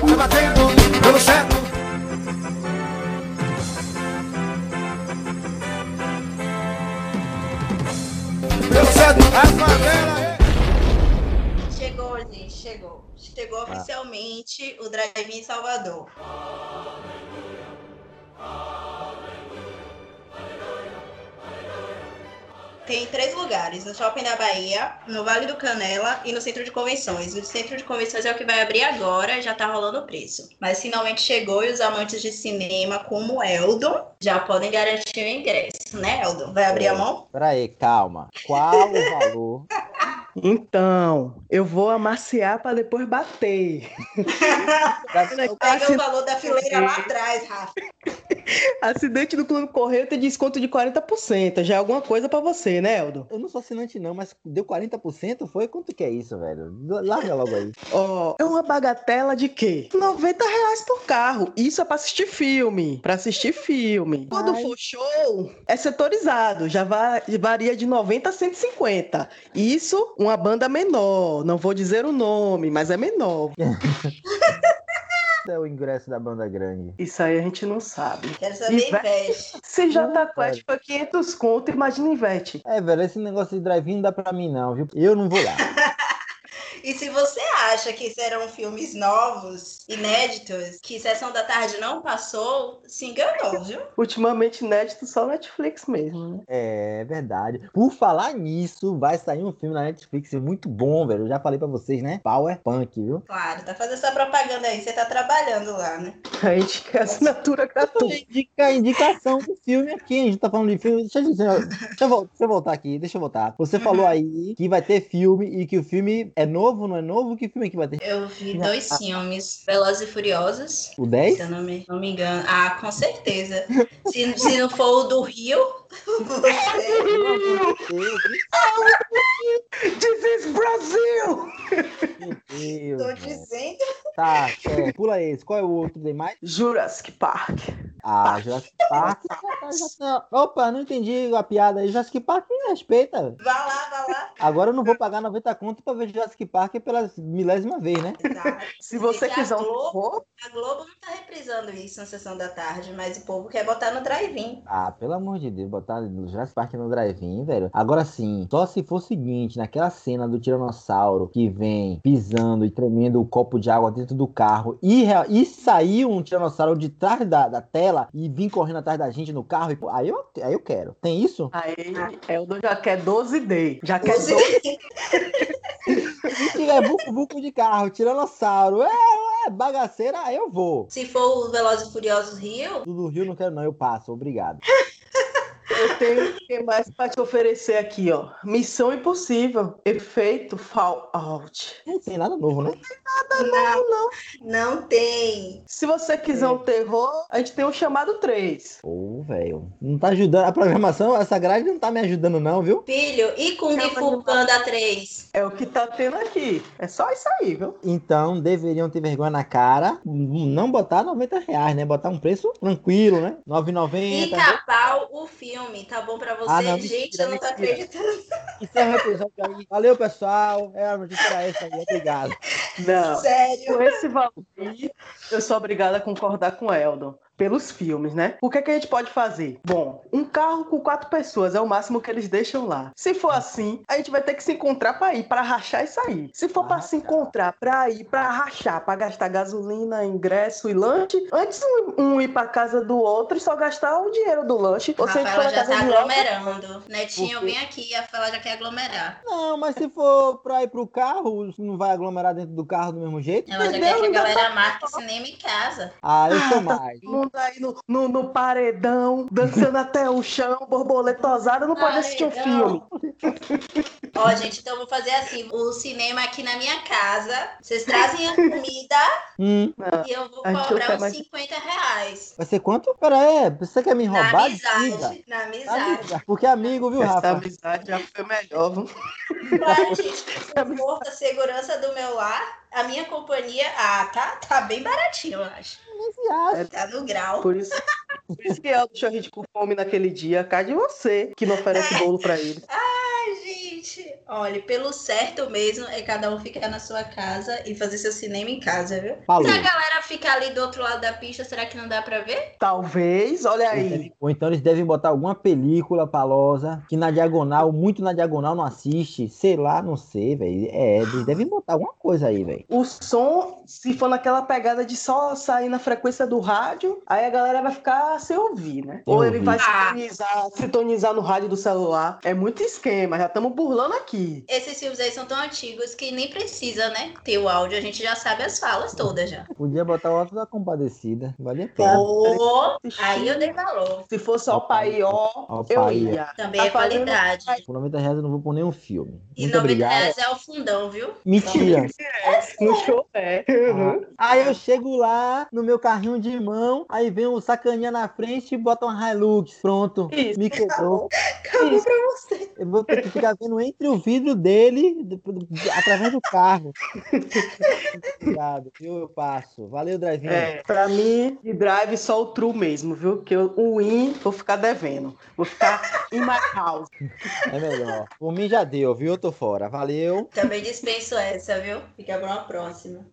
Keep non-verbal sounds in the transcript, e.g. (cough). Tá batendo pelo certo. Pelo certo, a favela é. Chegou, gente, chegou. Chegou oficialmente o Drive-In Salvador. Tem três lugares, no Shopping da Bahia, no Vale do Canela e no Centro de Convenções. O Centro de Convenções é o que vai abrir agora, já tá rolando o preço. Mas finalmente chegou e os amantes de cinema, como Eldon, já podem garantir o ingresso, né, Eldon? Vai abrir a mão? Peraí, calma. Qual o valor? Então, eu vou amaciar para depois bater. (laughs) Ou pega o valor da fileira lá atrás, Rafa. Acidente do plano correio tem desconto de 40%. Já é alguma coisa para você, né, Eldo? Eu não sou assinante, não, mas deu 40%? Foi? Quanto que é isso, velho? Larga logo aí. Ó, é uma bagatela de quê? 90 reais por carro. Isso é para assistir filme. Para assistir filme. Quando Ai. for show, é setorizado. Já va- varia de 90 a 150. Isso, uma banda menor. Não vou dizer o nome, mas é menor. Quanto é o ingresso da banda grande? Isso aí a gente não sabe. Quero saber, E vai- inveja. Se já Não, tá Quest foi 500 conto, imagina investe. É, velho, esse negócio de drive-in não dá pra mim, não, viu? Eu não vou lá. E se você acha que serão filmes novos, inéditos, que Sessão da Tarde não passou, se enganou, viu? Ultimamente inédito só Netflix mesmo, né? É verdade. Por falar nisso, vai sair um filme na Netflix muito bom, velho. Eu já falei pra vocês, né? Power Punk, viu? Claro, tá fazendo essa propaganda aí, você tá trabalhando lá, né? A gente quer assinatura gratuita. Então, Indica a indicação do filme aqui. A gente tá falando de filme. Deixa eu, dizer- deixa eu vol- deixa eu voltar aqui, deixa eu voltar. Você falou aí que vai ter filme e que o filme é novo, não é novo? Que filme que vai ter? Eu vi dois filmes, Velozes e Furiosos, O se 10? eu não me, não me engano. Ah, com certeza. Se, se não for o do Rio, (laughs) você... Meu This is Brasil! Deus, Tô meu Deus. dizendo. Tá, certo. pula esse. Qual é o outro tem mais? Jurassic Park. Ah, Jurassic Park. Já tá- Opa, não entendi a piada aí. Jurassic Park me respeita, velho. Vá lá, vá lá. Agora eu não vou pagar 90 conto pra ver Jurassic Park pela milésima vez, né? Exato. Se você Já quiser um tô. robô, Tá. A Globo não tá reprisando isso na Sessão da Tarde, mas o povo quer botar no drive-in. Ah, pelo amor de Deus, botar Jurassic Park no drive-in, velho. Agora sim, só se for o seguinte, naquela cena do tiranossauro que vem pisando e tremendo o copo de água dentro do carro e, rea- e sair um tiranossauro de trás da, da tela e vir correndo atrás da gente no carro, e, pô, aí, eu, aí eu quero. Tem isso? aí Eldon já quer 12 D. Já quer Você- 12 Se tiver buco-buco de carro, tiranossauro, é, é bagaceira, aí eu vou. Se for o Velozes e Furiosos Rio, Do do Rio não quero não, eu passo, obrigado. Eu tenho o que mais pra te oferecer aqui, ó. Missão Impossível. Efeito Fallout. Não tem nada novo, né? não, não tem. Se você quiser um terror, a gente tem um chamado 3. Pô, velho, não tá ajudando. A programação, essa grade não tá me ajudando não, viu? Filho, e Kung Não, mas Fu não Panda 3? É o que tá tendo aqui. É só isso aí, viu? Então, deveriam ter vergonha na cara, não botar 90 reais, né? Botar um preço tranquilo, né? 9,90. Pica pau o filme, tá bom pra você? Ah, não, Gente, mentira, eu não tô mentira. acreditando. Encerra o é um episódio aí. Valeu, pessoal. É a notícia essa aí, obrigado. Não. Sério. Com esse valor aí, eu sou obrigada a concordar com o Eldon. Pelos filmes, né? O que, é que a gente pode fazer? Bom, um carro com quatro pessoas é o máximo que eles deixam lá. Se for assim, a gente vai ter que se encontrar pra ir, pra rachar e sair. Se for Pra pra se rachar. encontrar, pra ir, pra rachar, pra gastar gasolina, ingresso e lanche, antes um, um ir pra casa do outro e só gastar o dinheiro do lanche. Ou se a gente for Rafaela na já casa tá do outro, aglomerando. Netinho, Por quê? vem aqui, a Rafaela já quer aglomerar. Não, mas se for pra ir pro carro, não vai aglomerar dentro do carro do mesmo jeito? Ela já Meu quer que a Deus, já galera marque cinema em casa. Ah, eu sou Ah, tá mais. todo mundo aí no, no, no paredão, dançando (laughs) até o chão, borboletosada, não pode Ai, assistir um não. filme. Ó, gente, então eu vou fazer assim: o cinema aqui na minha casa. Vocês trazem (laughs) a comida Hum, e eu vou A gente cobrar é não uns mais- 50 reais. vai ser quanto? Pera aí, você quer me Na roubar? Tá Diga. amizade. Na amizade. Amiga, Porque é amigo, viu, Essa Rafa? amizade já foi melhor. viu? Claro, gente, conforto, a segurança do meu lar, a minha companhia. Ah, tá, tá bem baratinho, eu acho. Viagem. Tá no grau. Por isso, por isso que ela deixou a gente com fome naquele dia. Cá de você, que não oferece bolo pra ele. Ai, gente, Olha, pelo certo mesmo é cada um ficar na sua casa e fazer seu cinema em casa, viu? Falou. Se a galera ficar ali do outro lado da pista, será que não dá pra ver? Talvez, olha aí. Ou então eles devem botar alguma película palosa que na diagonal, muito na diagonal não assiste. Sei lá, não sei, velho. É, eles devem botar alguma coisa aí, velho. O som, se for naquela pegada de só sair na frequência do rádio, aí a galera vai ficar sem ouvir, Sem né? Ou ele ouvir. vai Ah. sintonizar, sintonizar no rádio do celular. É muito esquema, já estamos burlando aqui. Esses filmes aí são tão antigos que nem precisa, né? Ter o áudio, a gente já sabe as falas todas já. Podia botar o Alto da Compadecida. Valia a pena. Pô, aí eu dei valor. Se fosse ao paió, Ao eu Paió. ia. Também Tá é fazendo- qualidade. Por 90 reais eu não vou pôr nenhum filme. E Muito 90 obrigado. reais é um o fundão, viu? Mentira. No show é. Uhum. Aí eu chego lá no meu carrinho de mão, aí vem um sacaninha na frente e bota uma Hilux. Pronto. Isso. Me quebrou. Acabou pra você. Eu vou ter que ficar vendo entre o vidro dele do- do- de- através do carro. Obrigado. Eu, eu passo. Valeu, Drivinho. É, pra mim, de drive só o true mesmo, viu? Porque eu- o win, vou ficar devendo. Vou ficar in my house. É melhor. Por mim já deu, viu? Eu tô fora. Valeu. Também dispenso essa, viu? Fica pra uma próxima.